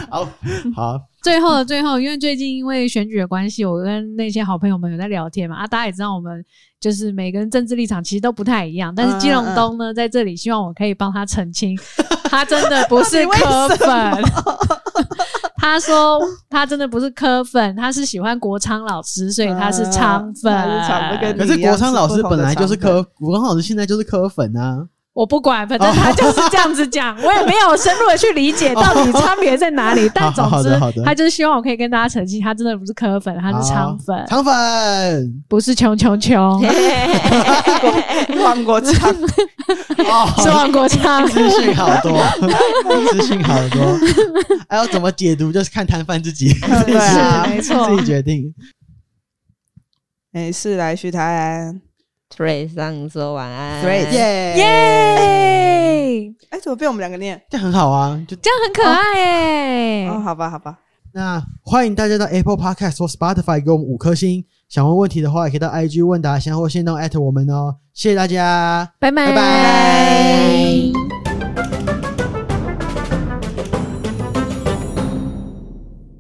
好好，
最后，最后，因为最近因为选举的关系，我跟那些好朋友们有在聊天嘛啊，大家也知道我们就是每个人政治立场其实都不太一样，但
嗯
是基隆东呢，在这里希望我可以帮他澄 清，他真的不是科粉。 他说他真的不是科粉，他是喜欢国昌老师，所以他是昌粉。
啊他是昌粉跟
哦可是国昌老师本来就是科，国昌老师现在就是科粉啊。
我不管，反正他就是这样子讲，我也没有深入的去理解到底差别在哪里。但总
好
之
的好的，
他就是希望我可以跟大家澄清，他真的不是科粉，他是
好
昌粉。
肠粉
不是穷穷穷，
万国 强，
是
哦，
王国昌。
资讯好多，资讯好多，还有怎么解读就是看摊贩 自己，
对啊，
没错
自己决定。
没事，哎来徐台安。
Three 上说晚安
Three，
耶
耶、，
哎，怎么被我们两个念？
这样很好啊，就
这样很可爱哎、
哦，好吧，好吧，
那欢迎大家到 Apple Podcast 或 Spotify 给我们五颗星。想问问题的话，也可以到 IG 问答箱或线动 at 我们哦。谢谢大家。
拜拜
拜拜
拜